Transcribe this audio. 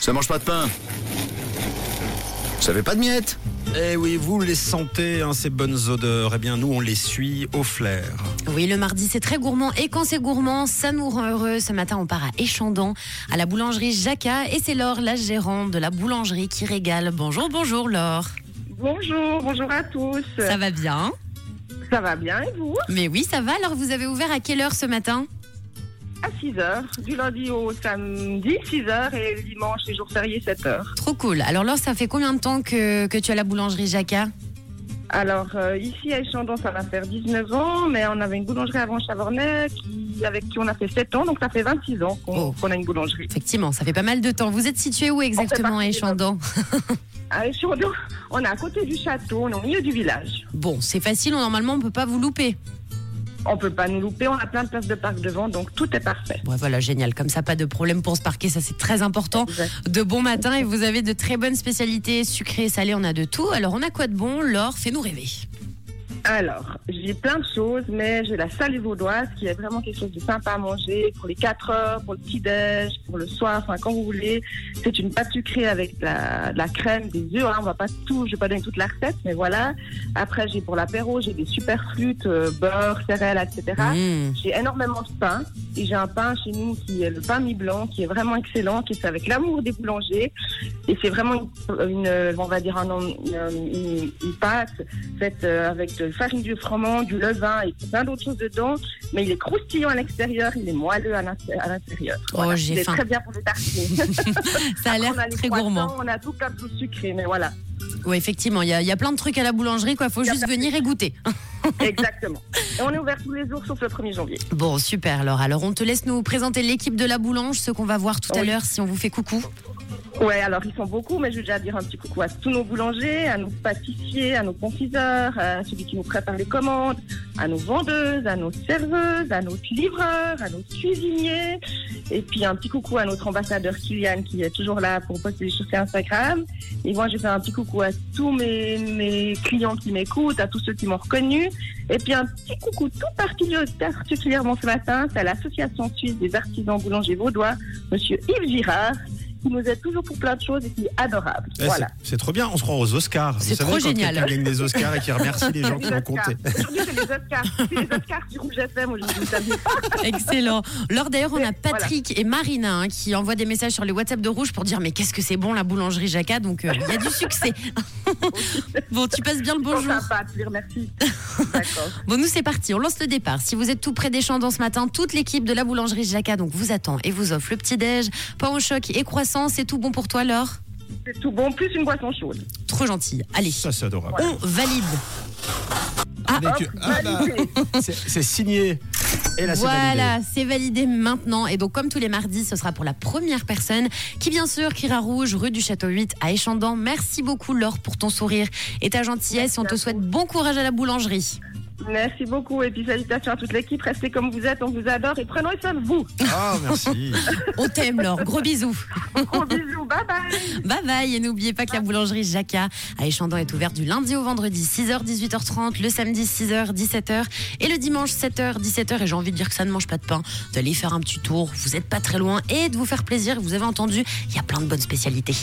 Ça mange pas de pain. Ça fait pas de miettes. Eh oui, vous les sentez, hein, ces bonnes odeurs. Eh bien, nous, on les suit au flair. Eh, Oui, le mardi, c'est très gourmand. Et quand c'est gourmand, ça nous rend heureux. Ce matin, on part à Échandon, à la boulangerie Jacquat. Et c'est Laure, la gérante de la boulangerie, qui régale. Bonjour, bonjour, Laure. Bonjour, bonjour à tous. Ça va bien Ça va bien et vous Mais oui, ça va. Alors, vous avez ouvert à quelle heure ce matin À 6h, du lundi au samedi, 6h et le dimanche et jours fériés, 7h. Trop cool. Alors, Laure, ça fait combien de temps que, que tu as la boulangerie Jacquat Alors euh, ici à Échandon, ça va faire 19 ans, mais on avait une boulangerie avant Chavornay qui, avec qui on a fait 7 ans, donc ça fait 26 ans qu'on Oh. qu'on a une boulangerie. Effectivement, ça fait pas mal de temps. Vous êtes situé où exactement à partie des Échandon À Échandon, on est à côté du château, on est au milieu du village. Bon, c'est facile. on- Normalement, on peut pas vous louper. On peut pas nous louper, on a plein de places de parc devant, donc tout est parfait. Ouais, voilà, génial. Comme ça, pas de problème pour se parquer. Ça, c'est très important. de bon matin et vous avez de très bonnes spécialités sucrées et salées, on a de tout. Alors on a quoi de bon Laure, fais-nous rêver. Alors, j'ai plein de choses, mais j'ai la salée vaudoise qui est vraiment quelque chose de sympa à manger pour les 4 heures, pour le petit-déj, pour le soir, enfin quand vous voulez. C'est une pâte sucrée avec de la, de la crème, des œufs. hein, on va pas tout, je vais pas donner toute la recette, mais voilà. Après, j'ai pour l'apéro, j'ai des super flûtes, euh, beurre, céréales, etc. Mmh. J'ai énormément de pain et j'ai un pain chez nous qui est le pain mi blanc qui est vraiment excellent, qui est fait avec l'amour des boulangers et c'est vraiment une, une- on va dire un, une, une- une pâte faite euh, avec de la farine du froment, du levain et plein d'autres choses dedans, mais il est croustillant à l'extérieur, il est moelleux à l'intérieur- à l'intérieur. Oh, Voilà. j'ai Il est faim. très bien pour les tartiner. Ça a l'air On a les très croissants, gourmand. On a tout plein de choses sucrées, mais voilà, Ouais, effectivement, il y, a- il y a plein de trucs à la boulangerie, quoi. Faut Il y a juste plein de venir et goûter. exactement. Et on est ouvert tous les jours sauf le 1er janvier. Bon, super, Laure. Alors on te laisse nous présenter l'équipe de la boulange, ce qu'on va voir tout à Oui. l'heure si on vous fait coucou. Ouais, alors ils sont beaucoup, mais je vais déjà dire un petit coucou à tous nos boulangers, à nos pâtissiers, à nos confiseurs, à celui qui nous prépare les commandes, à nos vendeuses, à nos serveuses, à nos livreurs, à nos cuisiniers. Et puis un petit coucou à notre ambassadeur Kylian qui est toujours là pour poster des choses sur Instagram. Et moi, je fais un petit coucou à tous mes, mes clients qui m'écoutent, à tous ceux qui m'ont reconnu. Et puis un petit coucou tout particulier- particulièrement ce matin, c'est à l'Association suisse des artisans boulangers vaudois, monsieur Yves Girard qui nous aide toujours pour plein de choses et qui est adorable. Eh, voilà. c'est- C'est trop bien, on se croit aux Oscars. Vous C'est savez, trop quand génial. quelqu'un gagne des Oscars et qui remercie les gens qui Les l'ont Oscars. compté. Aujourd'hui, c'est les Oscars. C'est les Oscars du Rouge FM aujourd'hui. samedi. Excellent. Laure, d'ailleurs, on a Patrick et Marina hein, qui envoient des messages sur les WhatsApp de Rouge pour dire mais qu'est-ce que c'est bon la boulangerie Jacquat. Donc euh, il y a du succès. bon, tu passes bien le Ils sont bonjour. sympas, tu les remercies. D'accord. Bon, nous, c'est parti. On lance le départ. Si vous êtes tout près des Chandons ce matin, toute l'équipe de la boulangerie Jacquat donc vous attend et vous offre le petit-déj, pain au choc et croissant. C'est tout bon pour toi, Laure C'est tout bon, plus une boisson chaude. Trop gentille. Allez, Ça, c'est adorable. on valide. Avec- Hop, ah, bah, validé. c'est- c'est signé. Et là, Ah, c'est Voilà, validé. c'est validé maintenant. Et donc, comme tous les mardis, ce sera pour la première personne qui, bien sûr, criera rouge, rue du Château 8 à Échandon. Merci beaucoup, Laure, pour ton sourire et ta gentillesse. On te souhaite bon courage à la boulangerie. Merci beaucoup et puis salutations à toute l'équipe. Restez comme vous êtes, on vous adore et prenons soin de vous. Ah, merci. On t'aime, Laure. Gros bisous. Gros bisous, bye bye. Bye bye et n'oubliez pas que la boulangerie Jacquat à Échandon est ouverte du lundi au vendredi 6h 18h30, le samedi 6h 17h et le dimanche 7h 17h et j'ai envie de dire que ça ne mange pas de pain, d'aller faire un petit tour, vous n'êtes pas très loin et de vous faire plaisir, vous avez entendu, il y a plein de bonnes spécialités.